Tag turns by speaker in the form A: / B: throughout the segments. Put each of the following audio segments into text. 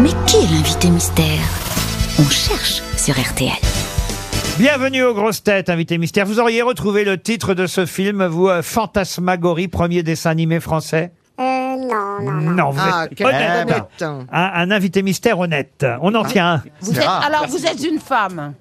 A: Mais qui est l'invité mystère On cherche sur RTL.
B: Bienvenue aux grosses têtes, invité mystère. Vous auriez retrouvé le titre de ce film, vous, euh, Fantasmagorie, premier dessin animé français
C: Euh, non, non, non.
B: Non, vous
D: Ah,
B: êtes
D: quel
B: honnête.
D: honnête.
B: Un, un invité mystère honnête. On
D: Ah.
B: en tient un.
E: Vous êtes,
D: rare.
E: alors, vous êtes une femme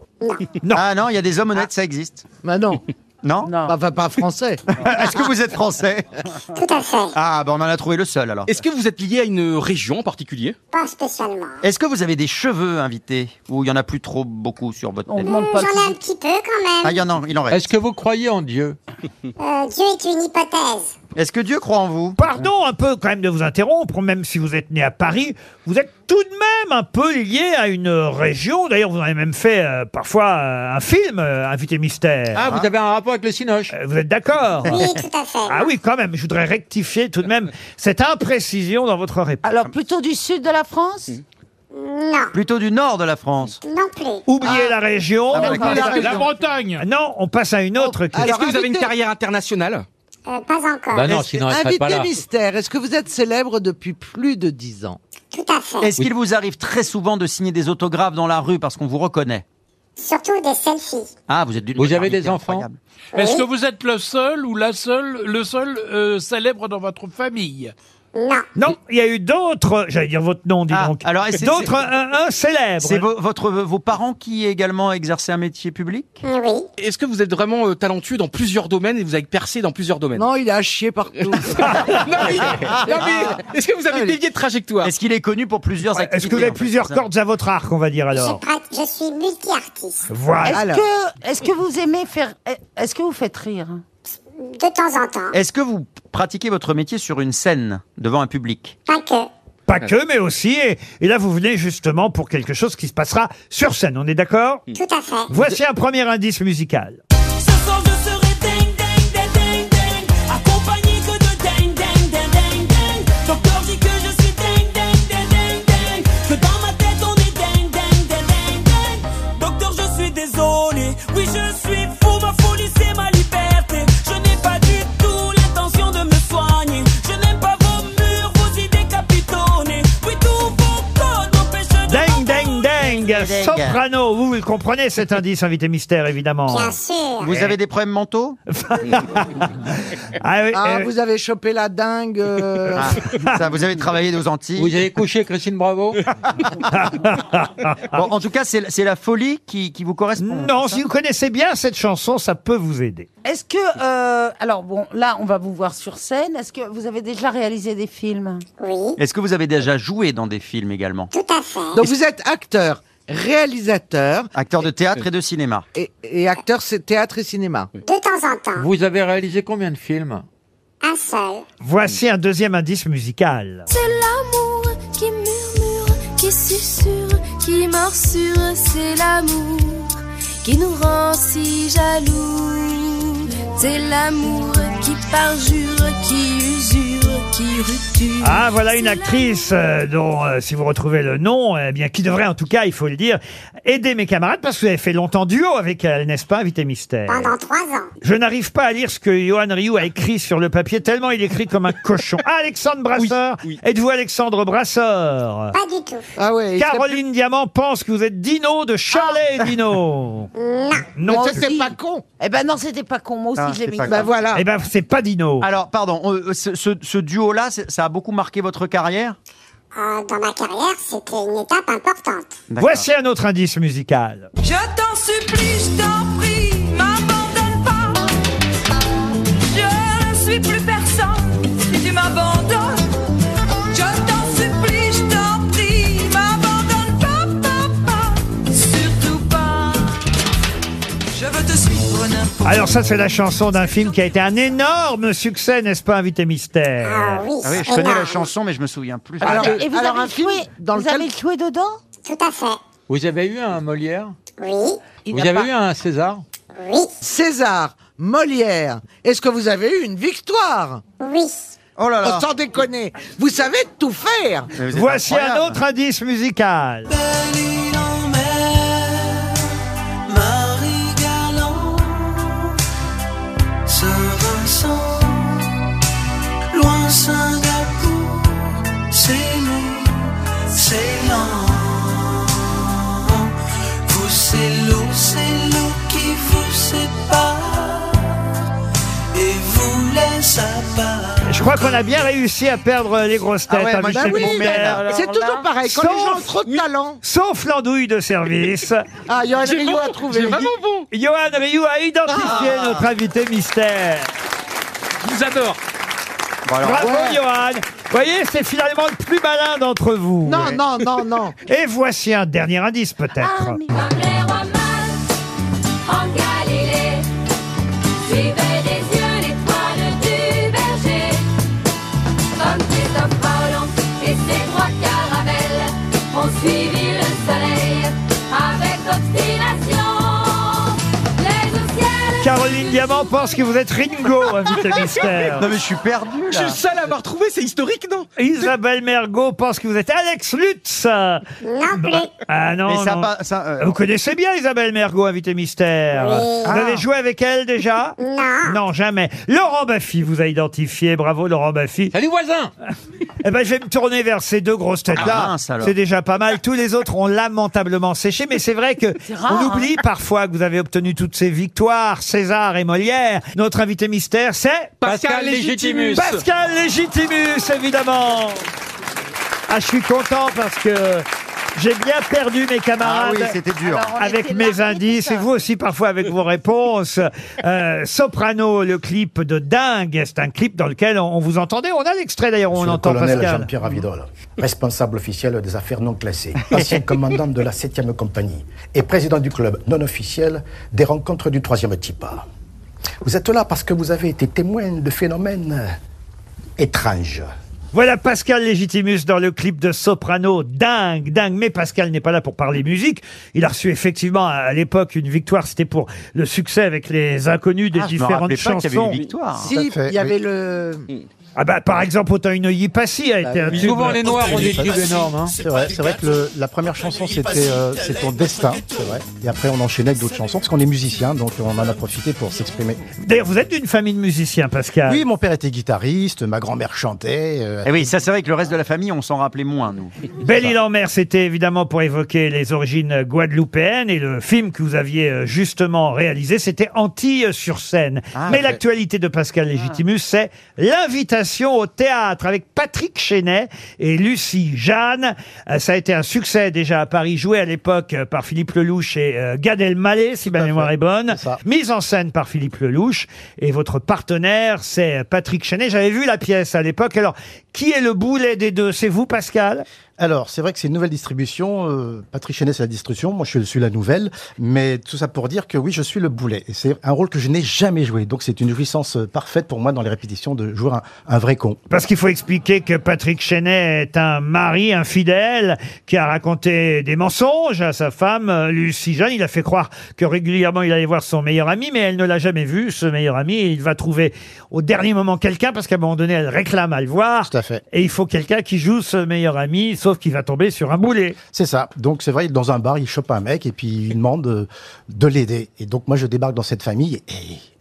B: Non.
D: Ah non, il y a des hommes honnêtes, ça existe.
F: Bah non,
D: Non,
E: Non.
F: enfin pas français.
D: Est-ce que vous êtes français
C: Tout à fait.
D: Ah, bah on en a trouvé le seul alors.
G: Est-ce que vous êtes lié à une région en particulier
C: Pas spécialement.
D: Est-ce que vous avez des cheveux invités Ou il y en a plus trop beaucoup sur votre
E: On
D: tête
E: demande
C: J'en
E: pas.
C: ai un petit peu quand
D: Ah,
C: même.
D: il y en a, il en reste.
F: Est-ce que vous croyez en Dieu
C: Euh, Dieu est une hypothèse.
D: Est-ce que Dieu croit en vous
B: Pardon un peu quand même de vous interrompre, même si vous êtes né à Paris, vous êtes tout de même un peu lié à une région. D'ailleurs, vous en avez même fait euh, parfois euh, un film, euh, Invité Mystère.
F: Ah, vous avez un rapport avec le Cinoche
B: Euh, Vous êtes d'accord
C: Oui, tout à fait.
B: Ah oui, quand même, je voudrais rectifier tout de même cette imprécision dans votre réponse.
E: Alors, plutôt du sud de la France
D: Mmh.
C: Non,
D: Plutôt du nord de la France.
C: non plus.
B: Oubliez la région.
D: Ah, d'accord. Oh,
H: La Bretagne
B: Non, on passe à une autre question.
G: Est-ce que vous avez une
F: invité-
G: carrière internationale
C: Euh, pas encore.
I: Bah non, sinon elle serait
F: Invité
I: pas là.
F: mystère, est-ce que vous êtes célèbre depuis plus de 10 ans
C: Tout à fait.
D: Est-ce qu'il vous arrive très souvent de signer des autographes dans la rue parce qu'on vous reconnaît
C: Surtout des selfies.
D: Ah, vous êtes du
I: Vous avez des enfants
H: Est-ce que vous êtes le seul ou la seule, le seul euh, célèbre dans votre famille
C: Non,
B: Non, il y a eu d'autres, j'allais dire votre nom, dis
D: Ah,
B: donc.
D: alors, et c'est-
B: D'autres un, un célèbre.
D: C'est vos, votre, vos parents qui également exerçaient un métier public
C: Euh, oui.
G: Est-ce que vous êtes vraiment euh, talentueux dans plusieurs domaines et vous avez percé dans plusieurs domaines
F: Non, il a chié partout.
G: Non, mais, non,
I: Ah.
G: mais est-ce que vous avez dévié de trajectoire
D: Est-ce qu'il est connu pour plusieurs
B: Ouais,
D: activités
B: Est-ce que vous avez
D: en fait
B: plusieurs
D: C'est ça.
B: cordes à votre arc, on va dire
C: Je,
B: alors
C: prat- je suis multi-artiste.
B: Voilà.
E: Est-ce
F: Alors.
E: que, est que vous aimez faire. Est-ce que vous faites rire
C: De temps en temps.
D: Est-ce que vous pratiquez votre métier sur une scène devant un public
C: Pas que.
B: Pas que, mais aussi. Et, et là, vous venez justement pour quelque chose qui se passera sur scène, on est d'accord
D: Hmm.
C: Tout à fait.
B: Voici un premier indice musical.
J: Ce soir je serai ding ding ding ding ding Accompagné que de ding ding ding ding ding Docteur dit que je suis ding ding ding ding ding Que dans ma tête on est ding ding ding ding ding Docteur je suis désolé Oui je suis fou, ma folie c'est ma liberté Je n'ai pas du tout l'intention de me soigner Je n'aime pas vos murs, vos idées capitonnées Oui tous vos codes m'empêchent de
B: Ding, ding, ding Soprano, vous, vous le comprenez cet indice, invité mystère, évidemment.
C: Bien sûr.
D: Vous avez des problèmes mentaux
B: Ah oui,
F: Ah,
B: euh,
F: vous avez chopé la dingue. euh,
D: Ah, ça, Vous avez travaillé aux Antilles
I: Vous avez couché Christine Bravo
D: Bon, En tout cas, c'est c'est la folie qui, qui vous correspond.
B: Non, si vous connaissez bien cette chanson, ça peut vous aider.
E: Est-ce que. euh, alors, bon, là, on va vous voir sur scène. Est-ce que vous avez déjà réalisé des films
C: Oui,
D: Est-ce que vous avez déjà joué dans des films également
C: tout à fait.
F: Donc vous êtes acteur, réalisateur
D: Acteur de théâtre et de cinéma.
F: et, et acteur c'est théâtre et cinéma.
C: De temps en temps.
I: Vous avez réalisé combien de films
C: Un seul.
B: Voici un deuxième indice musical.
J: C'est l'amour qui murmure, qui susurre, qui morsure. C'est l'amour qui nous rend si jaloux. C'est l'amour qui parjure, qui usure, qui rupture.
B: Ah, voilà une actrice euh, dont, euh, si vous retrouvez le nom, eh bien, qui devrait en tout cas, il faut le dire, aider mes camarades, parce que vous avez fait longtemps duo avec elle, n'est-ce pas, Invité Mystère
C: Pendant trois ans.
B: Je n'arrive pas à lire ce que Johan Rioux a écrit sur le papier, tellement il écrit comme un cochon. Ah, Alexandre Brasseur
G: Oui, oui.
B: Êtes-vous Alexandre Brasseur
C: Pas du tout.
F: Ah ouais. il serait
B: Caroline Diamant pense que vous êtes Dino de Charlet et Dino
F: plus-
B: Non
F: Mais c'était
E: aussi.
F: pas con.
E: Eh ben non, c'était pas con. Moi aussi,
D: Ah,
E: je l'ai
D: c'est
E: mis.
D: pas
F: Bah voilà.
B: Eh ben, c'est pas Dino.
D: Alors, pardon, on- ce, ce- ce duo-là, c'est- ça a beaucoup marqué votre carrière
C: Euh, dans ma carrière, c'était une étape importante.
D: D'accord.
B: Voici un autre indice musical.
J: Je t'en supplie, je t'en prie, m'abandonne pas. Je ne suis plus personne si tu m'abandonnes. Je t'en supplie, je t'en prie, m'abandonne pas, pas, pas. Surtout pas. Je veux te suivre n'importe
B: Alors ça, c'est la chanson d'un film qui a été un énorme succès, n'est-ce pas, Invité
C: Ah
B: Mystère
C: oui,
D: Ah oui, je
C: c'est
D: connais la
C: énorme.
D: chanson, mais je me souviens plus.
F: Alors,
E: Et vous
F: alors
E: avez
F: un film
E: joué-
F: dans
E: vous
F: lequel
E: avez joué dedans
C: Tout à fait.
I: Vous avez eu un Molière
C: Oui,
E: Il
I: Vous
E: n'a
I: avez
E: pas-
I: eu un César
C: oui,
F: César, Molière, est-ce que vous avez eu une victoire
C: oui.
D: oh là là
F: Oh, Sans déconner, vous savez tout faire.
D: Mais vous êtes
B: Voici un
D: incroyable.
B: autre indice musical.
J: Belle île en mer, Marie Galant se ressent. Loin Singapour, c'est nous, c'est l'an.
B: Je crois qu'on a bien réussi à perdre les grosses têtes.
D: Ah ouais,
B: hein,
D: moi,
B: Michel
D: j'ai
F: oui,
D: mon
F: mais
D: père,
F: alors, c'est
D: là.
F: toujours pareil. Quand les gens ont
B: Sauf-
F: trop de talent,
B: Sauf l'andouille de service.
F: ah, il y a un Rio à
G: C'est
F: trouver.
G: vraiment bon.
B: Johan Rioux a identifié notre invité mystère.
G: Je vous adore.
D: Bon, alors,
B: Bravo Johan. Voyez, c'est finalement le plus malin d'entre vous.
F: Non, non, non, non.
B: Et voici un dernier indice peut-être.
E: Ah, mais-
J: Comme les rois mages en Galilée, suivaient des yeux l'étoile du berger. Comme Christophe Colomb et ses trois caravelles ont suivi le soleil avec obstination. Les au ciel.
B: Caroline Diamant pense que vous êtes Ringo, invité mystère.
D: Non mais je suis perdu
G: Je
D: là.
G: suis seul à avoir trouvé, c'est historique, non
B: Isabelle Mergot pense que vous êtes Alex Lutz.
C: Non plus.
B: Ah non,
D: Mais ça
B: non.
D: pas- ça, euh,
B: Vous connaissez bien Isabelle Mergot, invité mystère.
C: Oui.
B: Vous avez joué avec elle déjà
C: Non.
B: Non, jamais. Laurent Baffy vous a identifié. Bravo, Laurent Baffy.
I: Salut voisin
B: Eh ben, je vais me tourner vers ces deux grosses
D: Ah,
B: têtes-là.
D: mince, alors.
B: c'est déjà pas mal. Tous les autres ont lamentablement séché, mais c'est vrai que
E: rare,
B: on oublie
D: hein.
B: parfois que vous avez obtenu toutes ces victoires, César et Molière. Notre invité mystère, c'est
I: Pascal Légitimus.
B: Pascal Légitimus, évidemment. Ah, je suis content parce que j'ai bien perdu mes
D: Ah
B: camarades.
D: oui, c'était dur.
E: Alors, on
B: avec
E: était
B: mes
E: largués,
B: indices
E: tout
B: et
E: ça.
B: vous aussi parfois avec vos réponses. Euh, Soprano, le clip de dingue, c'est un clip dans lequel on, on vous entendait. On a l'extrait d'ailleurs, où on
K: Monsieur le
B: entend
K: colonel
B: Pascal.
K: Jean-Pierre Ravidol, responsable officiel des affaires non classées, ancien commandant de la 7e compagnie et président du club non officiel des rencontres du 3e type. Vous êtes là parce que vous avez été témoin de phénomènes euh, étranges.
B: Voilà Pascal Légitimus dans le clip de Soprano. Dingue, dingue. Mais Pascal n'est pas là pour parler musique. Il a reçu effectivement à l'époque une victoire. C'était pour le succès avec les inconnus des
D: ah, je me
B: différentes
D: rappelais pas qu'il y
B: chansons.
D: avait une victoire.
F: Si, il y avait le.
B: ah bah par exemple, autant une y passy
D: Bah
B: a été un tube.
I: Souvent les noirs ont des tubes énormes. hein.
K: C'est vrai, c'est vrai que le- la première chanson c'était euh, C'est ton destin, c'est vrai. Et après on enchaînait avec d'autres chansons parce qu'on est musicien donc on en a profité pour s'exprimer.
B: D'ailleurs, vous êtes d'une famille de musiciens, Pascal.
K: Oui, mon père était guitariste, ma grand-mère chantait. euh,
D: Eh oui, ça c'est vrai que le reste de la famille, on s'en rappelait moins nous.
B: Belle île en mer, c'était évidemment pour évoquer les origines guadeloupéennes et le film que vous aviez euh, justement réalisé, c'était Antilles sur scène.
D: Ah,
B: Mais
D: ouais.
B: l'actualité de Pascal
K: Ah.
B: Légitimus, c'est l'invitation au théâtre avec Patrick Chenet et Lucie Jeanne. Euh, Ça a été un succès déjà à Paris, joué à l'époque euh, par Philippe Lelouch et euh, Gad Elmaleh, si ma
K: à
B: mémoire
K: fait.
B: est bonne.
K: C'est ça.
B: Mise en scène par Philippe Lelouch et votre partenaire, c'est euh, Patrick Chenet. J'avais vu la pièce à l'époque. Alors, qui est le boulet des deux C'est vous, Pascal
K: Alors, c'est vrai que c'est une nouvelle distribution. euh, Patrick Chenet, c'est la distribution. Moi, je suis la nouvelle. Mais tout ça pour dire que oui, je suis le boulet. Et c'est un rôle que je n'ai jamais joué. Donc, c'est une jouissance euh, parfaite pour moi dans les répétitions de jouer un, un vrai con.
B: Parce qu'il faut expliquer que Patrick Chenet est un mari infidèle qui a raconté des mensonges à sa femme, euh, Lucie Jeanne. Il a fait croire que régulièrement il allait voir son meilleur ami, mais elle ne l'a jamais vu, ce meilleur ami. Et il va trouver au dernier moment quelqu'un, parce qu'à un moment donné, elle réclame à le voir.
K: Tout à fait.
B: Et il faut quelqu'un qui joue ce meilleur ami, sauf qu'il va tomber sur un boulet.
K: C'est ça. Donc, c'est vrai, dans un bar, il chope un mec et puis il demande euh, de l'aider. Et donc, moi, je débarque dans cette famille et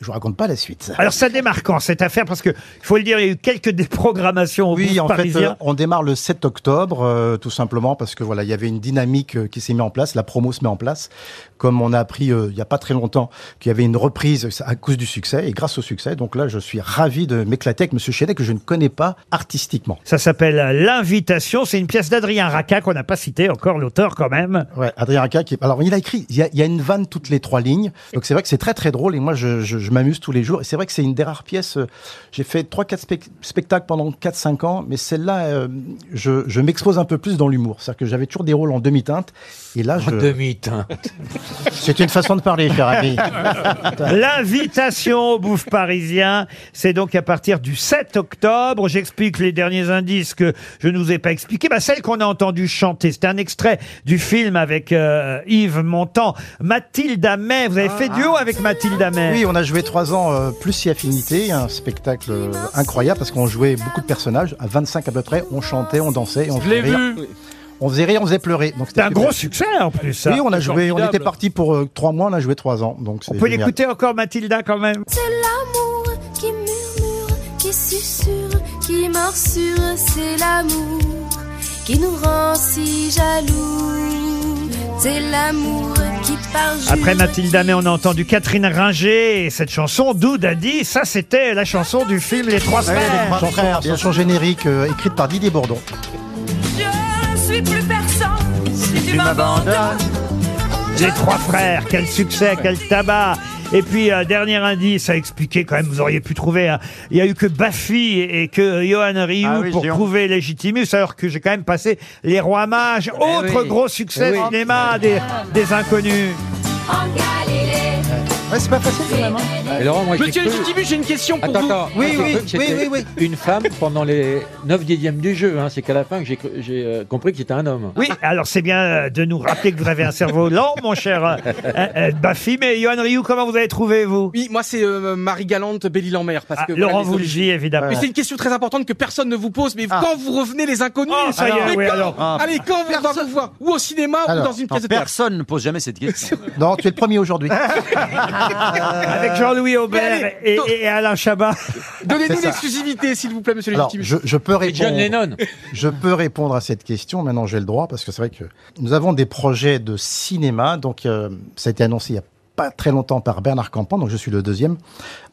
K: je vous raconte pas la suite.
B: Alors ça démarque quand cette affaire, parce que, il faut le dire, il y a eu quelques déprogrammations au
K: Oui,
B: Bouffe
K: en fait,
B: parisien.
K: euh, on démarre le 7 octobre, euh, tout simplement parce que voilà, il y avait une dynamique euh, qui s'est mise en place, la promo se met en place. Comme on a appris euh, il n'y a pas très longtemps qu'il y avait une reprise euh, à cause du succès et grâce au succès, donc là, je suis ravi de m'éclater avec Monsieur Chenet que je ne connais pas artistiquement.
B: Ça s'appelle L'invitation. C'est une pièce d'Adrien Raca qu'on n'a pas cité encore l'auteur quand même.
K: Ouais, Adrien Raca qui. Alors, il a écrit, il y a, il y a une vanne toutes les trois lignes. Donc, c'est vrai que c'est très, très drôle. Et moi, je, je- je m'amuse tous les jours. Et c'est vrai que c'est une des rares pièces. euh, J'ai fait trois, quatre spec- spectacles pendant 4-5 ans. Mais celle-là, euh, je, je m'expose un peu plus dans l'humour. C'est-à-dire que j'avais toujours des rôles en demi-teinte. Et là, je.
I: Demi-teinte.
K: C'est une façon de parler, cher ami.
B: L'invitation au bouffe parisien, c'est donc à partir du 7 octobre. J'explique les derniers indices que je ne vous ai pas expliqués. Bah, celle qu'on a entendue chanter, c'était un extrait du film avec euh, Yves Montand. Mathilda May, vous avez fait duo avec Mathilda May.
K: Ah, Oui, on a joué trois ans euh, plus si affinité, un spectacle euh, incroyable parce qu'on jouait beaucoup de personnages, à 25 à peu près, on chantait, on dansait, et on
H: Je l'ai
K: faisait rire,
H: vu.
K: on faisait rire, on faisait pleurer. Donc
B: C'est
K: c'était
B: un
K: super.
B: gros succès en plus. ça.
K: Oui, on a
H: C'est
K: joué, on
H: formidable.
K: était parti pour euh, trois mois, on a joué trois ans, donc c'est
B: on peut
K: génial.
B: l'écouter encore Mathilda quand même.
J: C'est l'amour qui murmure, qui susurre, qui morsure. C'est l'amour qui nous rend si jaloux.
A: C'est l'amour qui part
B: Après Mathilda May, on a entendu Catherine Ringer et cette chanson Doudadi. Ça, c'était la chanson du film Les Trois
F: Ouais,
B: Frères.
F: Eh, les trois frères, chanson générique euh, écrite par Didier Bourdon.
A: Je suis plus personne si tu m'abandonnes.
B: Les trois frères, quel succès, quel tabac et puis, euh, dernier indice à expliquer quand même, vous auriez pu trouver, hein. il y a eu que Baffy et que Johan Rioux
D: Ah oui,
B: pour
D: Gion.
B: trouver Légitimus, alors que j'ai quand même passé Les Rois Mages, autre
D: Eh oui.
B: gros succès
D: Eh oui.
B: cinéma des, des inconnus.
A: En Galilée.
F: Ouais, c'est pas facile quand même. hein.
L: Et Laurent, moi, j'ai
K: Monsieur
L: cru-
K: Légitimus, j'ai une question pour
L: Attends,
K: vous.
L: attends,
K: Oui,
L: j'ai cru
K: oui,
L: que
K: oui,
L: c'était
K: oui, oui.
L: Une femme pendant les 9 dixièmes du jeu, hein. c'est qu'à la fin que j'ai cru- j'ai euh, compris que c'était un homme.
B: Oui, alors c'est bien euh, de nous rappeler que vous avez un cerveau lent, mon cher euh, euh, euh, Baffy, mais Johan Rioux, comment vous avez trouvé, vous
K: Oui, moi c'est euh, Marie Galante, Béli Lambert. Parce que,
B: Ah, Laurent
K: voilà, désolé.
B: Voulgy, évidemment.
K: Mais c'est une question très importante que personne ne vous pose, mais quand vous revenez les inconnus,
B: Oh, ça y est,
K: mais
B: oui,
K: quand-
B: alors.
D: Ah.
K: allez, quand on va vous voir, ou au cinéma, ou
F: Alors,
K: dans une
D: Non,
K: pièce de théâtre.
D: personne ne pose jamais cette question.
F: Non, tu es le premier aujourd'hui.
B: Avec Jean-Louis Aubert
K: allez,
B: et,
K: donc-
B: et Alain Chabat.
K: Donnez-nous
F: C'est ça.
K: l'exclusivité, s'il vous plaît, monsieur
F: Alors,
K: Légitimus.
F: je, je peux
L: Et John
F: répondre.
L: Lennon.
F: Je peux répondre à cette question. Maintenant, j'ai le droit parce que c'est vrai que nous avons des projets de cinéma. Donc, euh, ça a été annoncé il y a pas très longtemps par Bernard Campan. Donc, je suis le deuxième.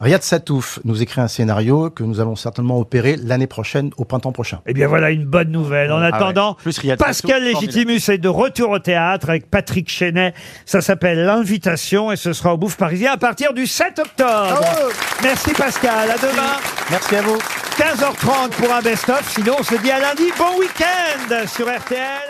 F: Riyad Satouf nous écrit un scénario que nous allons certainement opérer l'année prochaine, au printemps prochain.
B: Eh bien voilà une bonne nouvelle. En
D: Ah ouais.
B: attendant,
D: Plus Riyad
B: Pascal
D: Sassoon,
B: Légitimus est de retour au théâtre avec Patrick Chenet. Ça s'appelle L'invitation et ce sera au Bouffe Parisien à partir du 7 octobre.
F: Bravo.
B: Merci Pascal, à demain
F: Merci à vous.
B: 15h30 pour un best-of. Sinon on se dit à lundi. Bon week-end sur RTL.